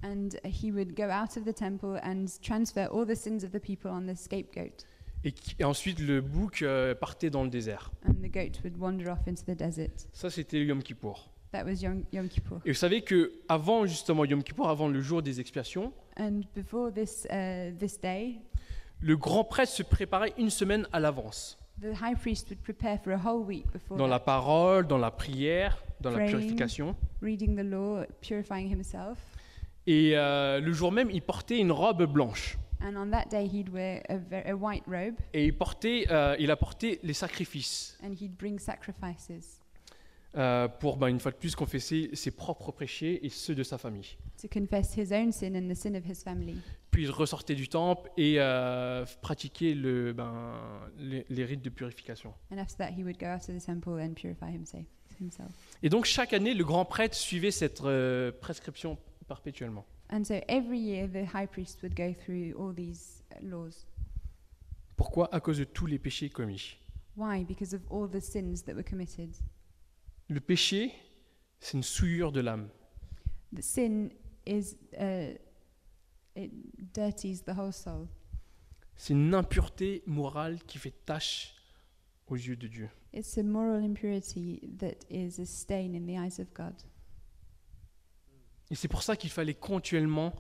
Speaker 2: And he would go out of the temple and transfer all the sins of the people on the scapegoat.
Speaker 3: Et, qui- et ensuite, le bouc euh, partait dans le désert.
Speaker 2: And the goat would wander off into the desert.
Speaker 3: Ça, c'était Yom Kippour.
Speaker 2: That was Yom, Yom Kippur.
Speaker 3: Et vous savez que avant justement Yom Kippour, avant le jour des expiations,
Speaker 2: And before this, uh, this day,
Speaker 3: le grand prêtre se préparait une semaine à l'avance,
Speaker 2: the high priest would prepare for a whole week before
Speaker 3: dans
Speaker 2: that,
Speaker 3: la parole, dans la prière, dans la
Speaker 2: Praying.
Speaker 3: purification.
Speaker 2: reading the law, purifying himself.
Speaker 3: Et euh, le jour même, il portait une robe blanche
Speaker 2: And on that day, he'd wear a, ver- a white robe
Speaker 3: et il portait, euh, il apportait les sacrifices
Speaker 2: and he'd bring sacrifices
Speaker 3: euh, pour, ben, une fois de plus, confesser ses propres péchés et ceux de sa famille.
Speaker 2: to confess his own sin and the sin of his family.
Speaker 3: Puis il ressortait du temple et euh, pratiquait le, ben, les, les rites de purification.
Speaker 2: And after that, he would go out to the temple and purify himself. himself.
Speaker 3: Et donc chaque année, le grand prêtre suivait cette euh, prescription perpétuellement.
Speaker 2: And so every year, the high priest would go through all these uh, laws.
Speaker 3: Pourquoi À cause de tous les péchés commis.
Speaker 2: Why? Because of all the sins that were committed.
Speaker 3: Le péché, c'est une souillure de l'âme.
Speaker 2: The sin is uh, it dirties the whole soul.
Speaker 3: C'est une impureté morale qui fait tache aux yeux de Dieu.
Speaker 2: It's a moral impurity that is a stain in the eyes of God.
Speaker 3: Et c'est pour ça qu'il fallait continuellement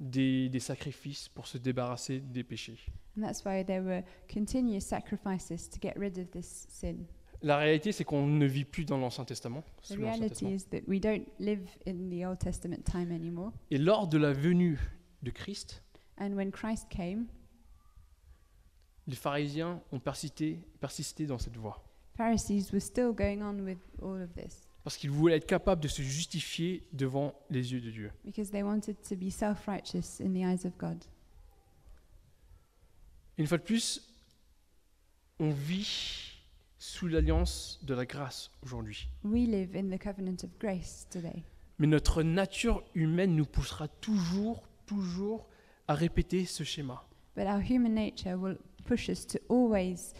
Speaker 3: des, des sacrifices pour se débarrasser des péchés.
Speaker 2: And that's why there were continuous sacrifices to get rid of this sin.
Speaker 3: La réalité, c'est qu'on ne vit plus dans l'Ancien Testament.
Speaker 2: The
Speaker 3: sous l'Ancien
Speaker 2: reality
Speaker 3: Testament.
Speaker 2: is that we don't live in the Old Testament time anymore.
Speaker 3: Et lors de la venue de Christ,
Speaker 2: And when Christ came,
Speaker 3: les pharisiens ont persisté, persisté dans cette voie.
Speaker 2: Pharisees were still going on with all of this
Speaker 3: Parce qu'ils voulaient être capables de se justifier devant les yeux de Dieu.
Speaker 2: because they wanted to be self righteous in the eyes of God.
Speaker 3: Une fois de plus, on vit sous l'alliance de la grâce aujourd'hui.
Speaker 2: We live in the covenant of grace today.
Speaker 3: Mais notre nature humaine nous poussera toujours, toujours à répéter ce schéma.
Speaker 2: But our human nature will push us to always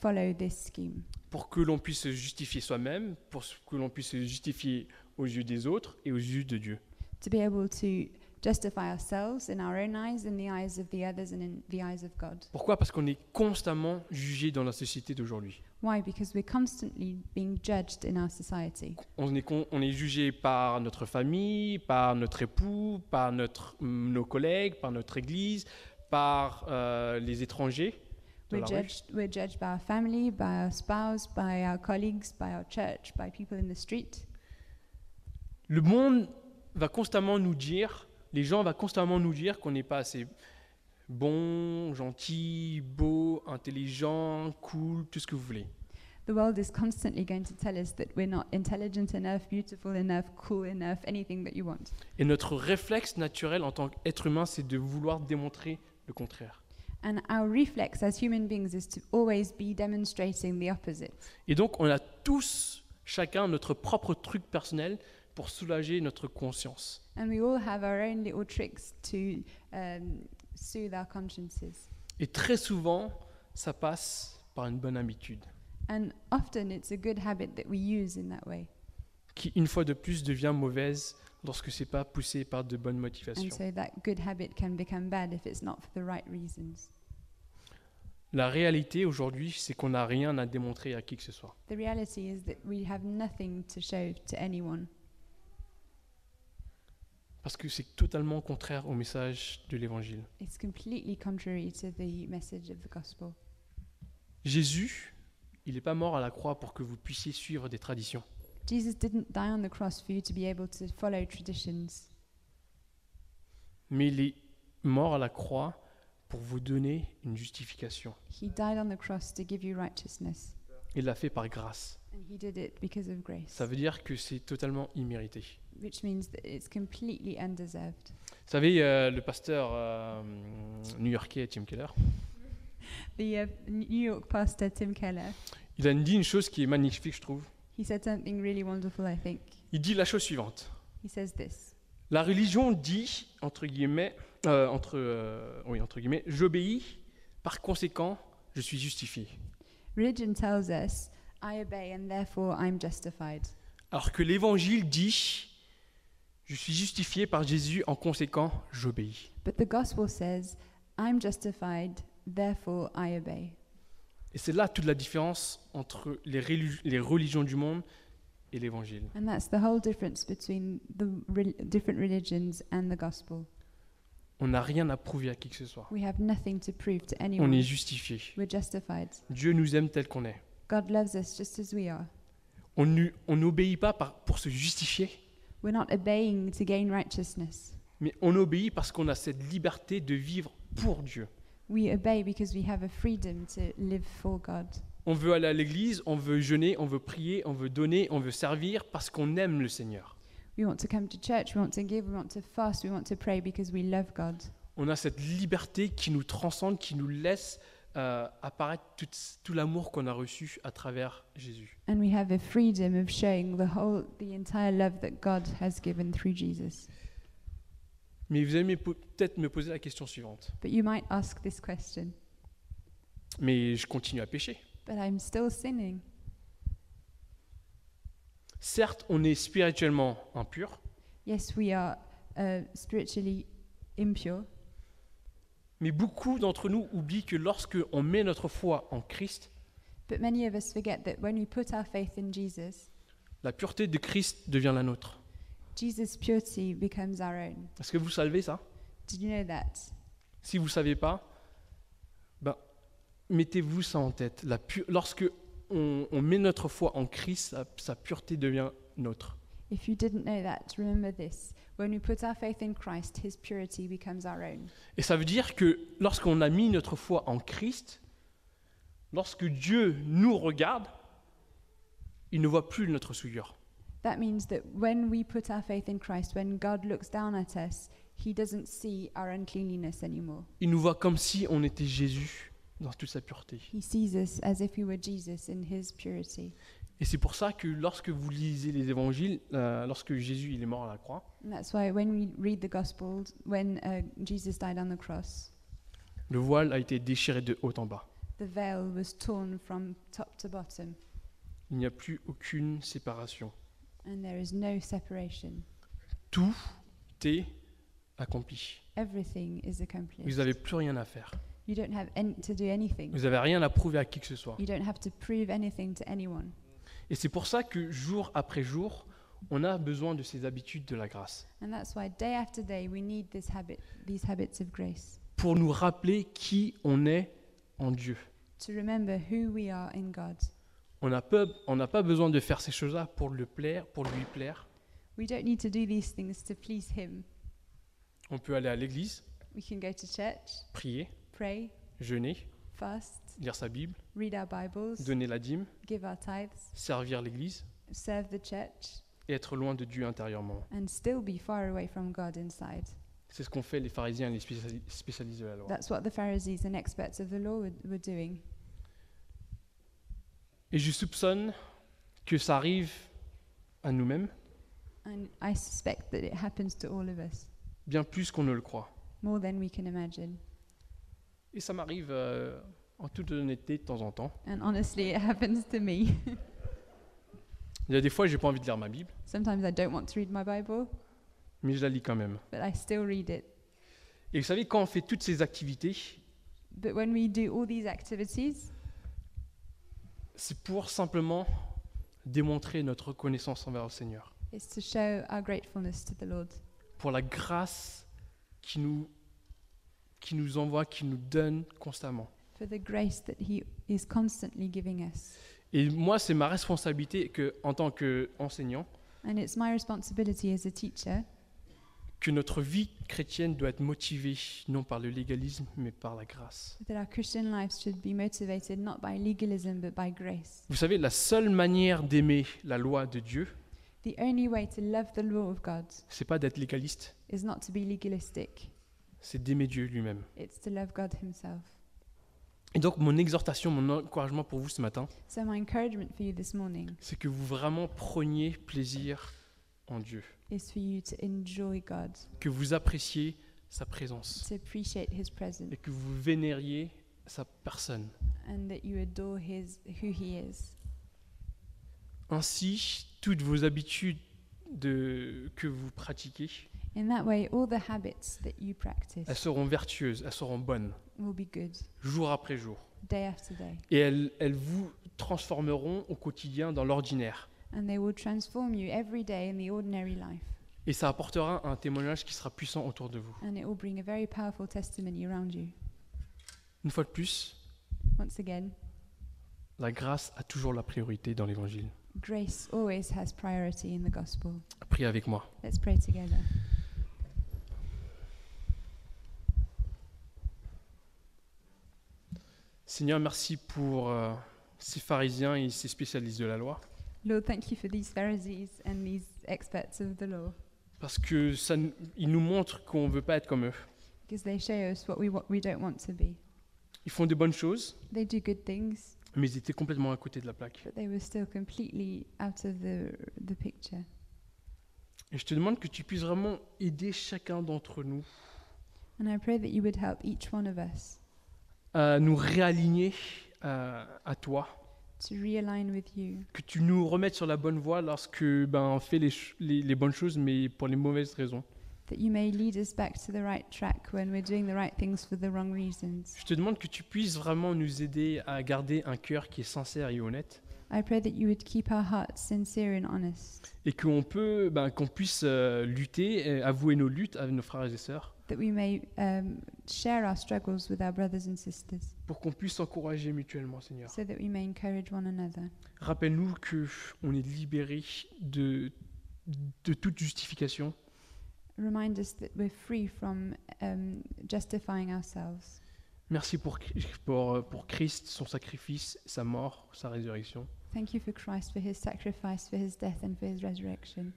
Speaker 2: follow this scheme
Speaker 3: Pour que l'on puisse se justifier soi-même, pour que l'on puisse se justifier aux yeux des autres et aux yeux de Dieu.
Speaker 2: to be able to justify ourselves in our own eyes, in the eyes of the others, and in the eyes of God.
Speaker 3: Pourquoi Parce qu'on est constamment jugé dans la société d'aujourd'hui.
Speaker 2: Why? Because we're constantly being judged in our society.
Speaker 3: On est, con- on est jugé par notre famille, par notre époux, par notre, mm, nos collègues, par notre église, par euh, les étrangers. dans
Speaker 2: We're
Speaker 3: la rue.
Speaker 2: judged, we're judged by our family, by our spouse, by our colleagues, by our church, by people in the street.
Speaker 3: Le monde va constamment nous dire, les gens vont constamment nous dire qu'on n'est pas assez bon, gentil, beau, intelligent, cool, tout ce que vous voulez.
Speaker 2: The world is constantly going to tell us that we're not intelligent enough, beautiful enough, cool enough, anything that you want.
Speaker 3: Et notre réflexe naturel en tant qu'être humain, c'est de vouloir démontrer le contraire.
Speaker 2: And our reflex as human beings is to always be demonstrating the opposite.
Speaker 3: Et donc, on a tous, chacun, notre propre truc personnel pour soulager notre conscience.
Speaker 2: And we all have our own little tricks to um, soothe our consciences.
Speaker 3: Et très souvent, ça passe par une bonne habitude,
Speaker 2: And often it's a good habit that we use in that way.
Speaker 3: qui, une fois de plus, devient mauvaise lorsque c'est pas poussé par de bonnes motivations.
Speaker 2: And so that good habit can become bad if it's not for the right reasons.
Speaker 3: La réalité aujourd'hui, c'est qu'on n'a rien à démontrer à qui que ce soit.
Speaker 2: The reality is that we have nothing to show to anyone
Speaker 3: Parce que c'est totalement contraire au message de l'Évangile.
Speaker 2: It's completely contrary to the message of the gospel.
Speaker 3: Jésus, il n'est pas mort à la croix pour que vous puissiez suivre des traditions.
Speaker 2: Jesus didn't die on the cross for you to be able to follow traditions,
Speaker 3: Mais il est mort à la croix pour vous donner une justification.
Speaker 2: He died on the cross to give you righteousness.
Speaker 3: Il l'a fait par grâce.
Speaker 2: And He did it because of grace,
Speaker 3: Ça veut dire que c'est totalement immérité.
Speaker 2: which means that it's completely undeserved.
Speaker 3: Vous savez, euh, le pasteur euh, new-yorkais Tim Keller,
Speaker 2: The uh, New York pastor Tim Keller,
Speaker 3: il a dit une chose qui est magnifique, je trouve.
Speaker 2: he said something really wonderful, I think.
Speaker 3: Il dit la chose suivante.
Speaker 2: He says this
Speaker 3: La religion dit, entre guillemets, euh, entre, euh, oui, entre guillemets, j'obéis, par conséquent, je suis justifié.
Speaker 2: Religion tells us, I obey and therefore I'm justified.
Speaker 3: Alors que l'évangile dit, je suis justifié par Jésus, en conséquent, j'obéis.
Speaker 2: But the gospel says, I'm justified, therefore I obey.
Speaker 3: Et c'est là toute la différence entre les, rélu- les religions du monde et l'évangile.
Speaker 2: And that's the whole difference between the re- different religions and the gospel.
Speaker 3: On n'a rien à prouver à qui que ce soit.
Speaker 2: We have nothing to prove to
Speaker 3: On est
Speaker 2: anyone.
Speaker 3: justifié.
Speaker 2: We're justified.
Speaker 3: Dieu nous aime tel qu'on est.
Speaker 2: God loves us just as we are.
Speaker 3: On n'u- on n'obéit pas par- pour se justifier,
Speaker 2: We're not obeying to gain righteousness.
Speaker 3: mais on obéit parce qu'on a cette liberté de vivre pour Dieu.
Speaker 2: We obey because we have a freedom to live for God.
Speaker 3: On veut aller à l'église, on veut jeûner, on veut prier, on veut donner, on veut servir parce qu'on aime le Seigneur.
Speaker 2: We want to come to church, we want to give, we want to fast, we want to pray because we love God.
Speaker 3: On a cette liberté qui nous transcende, qui nous laisse euh, apparaître tout, tout l'amour qu'on a reçu à travers Jésus.
Speaker 2: And we have a freedom of showing the whole, the entire love that God has given through Jesus.
Speaker 3: Mais vous allez me po- peut-être me poser la question suivante.
Speaker 2: But you might ask this question,
Speaker 3: Mais je continue à pécher.
Speaker 2: but I'm still sinning.
Speaker 3: Certes, on est spirituellement impur,
Speaker 2: Yes, we are uh, spiritually impure,
Speaker 3: mais beaucoup d'entre nous oublient que lorsque on met notre foi en Christ,
Speaker 2: but many of us forget that when we put our faith in Jesus,
Speaker 3: la pureté de Christ devient la nôtre.
Speaker 2: Jesus' purity becomes our own.
Speaker 3: Est-ce que vous savez ça
Speaker 2: Did you know that?
Speaker 3: Si vous ne savez pas, ben, mettez-vous ça en tête. La pu- Lorsque on, on met notre foi en Christ, sa, sa pureté devient nôtre.
Speaker 2: If you didn't know that, remember this. When we put our faith in Christ, his purity becomes our own.
Speaker 3: Et ça veut dire que lorsqu'on a mis notre foi en Christ, lorsque Dieu nous regarde, il ne voit plus notre souillure.
Speaker 2: That means that when we put our faith in Christ, when God looks down at us, he doesn't see our uncleanliness anymore.
Speaker 3: Il nous voit comme si on était Jésus dans toute sa pureté.
Speaker 2: He sees us as if we were Jesus in his purity.
Speaker 3: Et c'est pour ça que lorsque vous lisez les évangiles, euh, lorsque Jésus il est mort à la croix,
Speaker 2: And that's why when we read the Gospels, when uh, Jesus died on the cross,
Speaker 3: le voile a été déchiré de haut en bas.
Speaker 2: the veil was torn from top to bottom,
Speaker 3: Il n'y a plus aucune séparation.
Speaker 2: and there is no separation.
Speaker 3: Tout est accompli.
Speaker 2: Everything is accomplished.
Speaker 3: Vous n'avez plus rien à faire.
Speaker 2: You don't have any- to do anything.
Speaker 3: Vous n'avez rien à prouver à qui que ce soit.
Speaker 2: You don't have to prove anything to anyone.
Speaker 3: Et c'est pour ça que jour après jour, on a besoin de ces habitudes de la grâce
Speaker 2: And that's why day after day we need this habit, these habits of grace,
Speaker 3: pour nous rappeler qui on est en Dieu.
Speaker 2: to remember who we are in God.
Speaker 3: On n'a pas, on n'a pas besoin de faire ces choses-là pour le plaire, pour lui plaire.
Speaker 2: We don't need to do these things to please Him.
Speaker 3: On peut aller à l'église,
Speaker 2: We can go to church,
Speaker 3: prier,
Speaker 2: pray,
Speaker 3: jeûner,
Speaker 2: fast,
Speaker 3: lire sa Bible,
Speaker 2: read our Bibles,
Speaker 3: donner la dîme,
Speaker 2: give our tithes,
Speaker 3: servir l'Église
Speaker 2: serve the church,
Speaker 3: et être loin de Dieu intérieurement.
Speaker 2: and still be far away from God inside.
Speaker 3: C'est ce qu'ont fait les pharisiens et les spéciali- spécialistes de la loi.
Speaker 2: That's what the Pharisees and experts of the law were, were doing.
Speaker 3: Et je soupçonne que ça arrive à nous-mêmes
Speaker 2: And I suspect that it happens to all of us
Speaker 3: bien plus qu'on ne le croit.
Speaker 2: more than we can imagine.
Speaker 3: Et ça m'arrive euh, en toute honnêteté de temps en temps.
Speaker 2: And honestly, it happens to me.
Speaker 3: Il y a des fois, j'ai pas envie de lire ma Bible,
Speaker 2: Sometimes I don't want to read my Bible,
Speaker 3: mais je la lis quand même.
Speaker 2: but I still read it.
Speaker 3: Et vous savez, quand on fait toutes ces activités,
Speaker 2: But when we do all these activities,
Speaker 3: c'est pour simplement démontrer notre reconnaissance envers le Seigneur,
Speaker 2: it's to show our gratefulness to the Lord
Speaker 3: pour la grâce qui nous, qui nous envoie, qui nous donne constamment.
Speaker 2: for the grace that He is constantly giving us.
Speaker 3: Et moi, c'est ma responsabilité que, en tant qu'enseignant
Speaker 2: And it's my responsibility as a teacher
Speaker 3: que notre vie chrétienne doit être motivée non par le légalisme, mais par la grâce.
Speaker 2: that our Christian lives should be motivated not by legalism but by grace.
Speaker 3: Vous savez, la seule manière d'aimer la loi de Dieu,
Speaker 2: The only way to love the law of God
Speaker 3: c'est pas d'être légaliste,
Speaker 2: is not to be legalistic,
Speaker 3: c'est d'aimer Dieu lui-même.
Speaker 2: it's to love God Himself.
Speaker 3: Et donc, mon exhortation, mon encouragement pour vous ce matin,
Speaker 2: So, my encouragement for you this morning
Speaker 3: c'est que vous vraiment preniez plaisir en Dieu,
Speaker 2: is for you to enjoy God,
Speaker 3: que vous appréciez sa présence
Speaker 2: to appreciate His
Speaker 3: et
Speaker 2: presence,
Speaker 3: que vous vénériez sa personne.
Speaker 2: and that you adore His who He is.
Speaker 3: Ainsi, toutes vos habitudes de- que vous pratiquez
Speaker 2: In that way, all the habits that you practice
Speaker 3: Elles seront vertueuses, elles seront bonnes,
Speaker 2: will be good
Speaker 3: jour après jour.
Speaker 2: day after day,
Speaker 3: Et elles, elles vous transformeront au quotidien dans l'ordinaire.
Speaker 2: and they will transform you every day in the ordinary life.
Speaker 3: Et ça apportera un témoignage qui sera puissant autour de vous.
Speaker 2: And it will bring a very powerful testimony around you.
Speaker 3: Une fois de plus,
Speaker 2: Once again,
Speaker 3: la grâce a toujours la priorité dans l'évangile.
Speaker 2: grace always has priority in the gospel.
Speaker 3: Priez avec moi.
Speaker 2: Let's pray together.
Speaker 3: Seigneur, merci pour euh, ces pharisiens et ces spécialistes de la loi,
Speaker 2: Lord, thank you for these Pharisees and these experts of the law,
Speaker 3: parce que ça, nous- ils nous montrent qu'on ne veut pas être comme eux.
Speaker 2: because they show us what we, what we don't want to be.
Speaker 3: Ils font de bonnes choses,
Speaker 2: They do good things,
Speaker 3: mais ils étaient complètement à côté de la plaque.
Speaker 2: but they were still completely out of the, the picture.
Speaker 3: Et je te demande que tu puisses vraiment aider chacun d'entre nous
Speaker 2: And I pray that you would help each one of us
Speaker 3: à nous réaligner euh, à toi,
Speaker 2: to realign with you,
Speaker 3: que tu nous remettes sur la bonne voie lorsque ben, on fait les, ch- les- les bonnes choses, mais pour les mauvaises raisons.
Speaker 2: that you may lead us back to the right track when we're doing the right things for the wrong reasons.
Speaker 3: Je te demande que tu puisses vraiment nous aider à garder un cœur qui est sincère et honnête,
Speaker 2: I pray that you would keep our hearts sincere and honest,
Speaker 3: et qu'on peut, ben, qu'on puisse euh, lutter, et avouer nos luttes avec nos frères et sœurs,
Speaker 2: that we may um, share our struggles with our brothers and sisters,
Speaker 3: pour qu'on puisse s'encourager mutuellement, Seigneur.
Speaker 2: so that we may encourage one another.
Speaker 3: Rappelle-nous que on est libéré de, de toute justification
Speaker 2: Remind us that we're free from um, justifying ourselves.
Speaker 3: Merci pour, pour, pour Christ, son sacrifice, sa mort, sa résurrection.
Speaker 2: Thank you for Christ, for his sacrifice, for his death, and for his resurrection.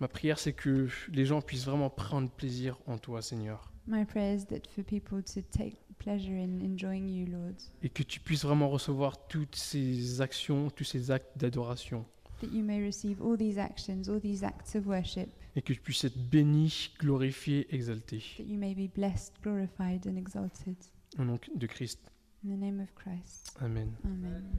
Speaker 3: Ma prière, c'est que les gens puissent vraiment prendre plaisir en toi, Seigneur,
Speaker 2: My prayer is that for people to take pleasure in enjoying you, Lord,
Speaker 3: et que tu puisses vraiment recevoir toutes ces actions, tous ces actes d'adoration,
Speaker 2: that you may receive all these actions, all these acts of worship,
Speaker 3: et que tu puisses être béni, glorifié, exalté.
Speaker 2: that you may be blessed, glorified, and exalted.
Speaker 3: Au nom de Christ.
Speaker 2: In the name of Christ.
Speaker 3: Amen.
Speaker 2: Amen.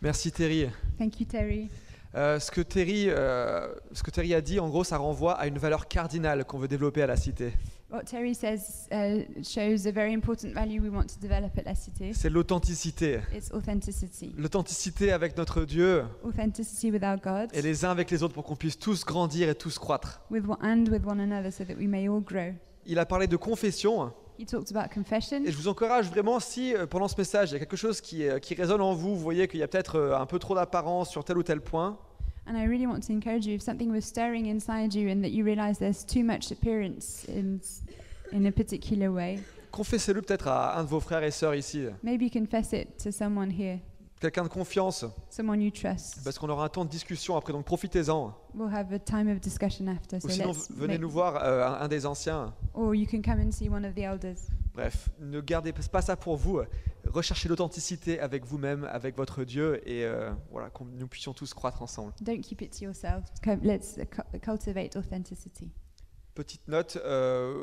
Speaker 1: Merci Terry.
Speaker 2: Thank you, Terry.
Speaker 1: Euh, ce, que Terry euh, ce que Terry a dit, en gros, ça renvoie à une valeur cardinale qu'on veut développer à la cité.
Speaker 2: What Terry says uh, shows a very important value we want to develop at La Cité.
Speaker 1: C'est l'authenticité.
Speaker 2: It's authenticity.
Speaker 1: L'authenticité avec notre Dieu
Speaker 2: Authenticity with our God,
Speaker 1: et les uns avec les autres pour qu'on puisse tous grandir et tous croître.
Speaker 2: with one, and with one another, so that we may all grow.
Speaker 1: Il a parlé de confession
Speaker 2: He talked about
Speaker 1: et
Speaker 2: confession,
Speaker 1: je vous encourage vraiment si euh, pendant ce message il y a quelque chose qui, euh, qui résonne en vous, vous voyez qu'il y a peut-être euh, un peu trop d'apparence sur tel ou tel point,
Speaker 2: and I really want to encourage you if something was stirring inside you and that you realize there's too much appearance in, in a particular way,
Speaker 1: confessez-le peut-être à un de vos frères et sœurs ici,
Speaker 2: maybe confess it to someone here,
Speaker 1: quelqu'un de confiance,
Speaker 2: someone you trust.
Speaker 1: parce qu'on aura un temps de discussion après, donc profitez-en.
Speaker 2: We'll have a time of discussion after. So
Speaker 1: Ou sinon
Speaker 2: let's
Speaker 1: venez
Speaker 2: make-
Speaker 1: nous voir, euh, un- un des anciens.
Speaker 2: or you can come and see one of the elders.
Speaker 1: Bref, ne gardez pas ça pour vous. Recherchez l'authenticité avec vous-même, avec votre Dieu, et euh, voilà, qu'on nous puissions tous croître ensemble.
Speaker 2: Don't keep it to yourself. Co- Let's uh, cu- cultivate authenticity.
Speaker 1: Petite note, euh,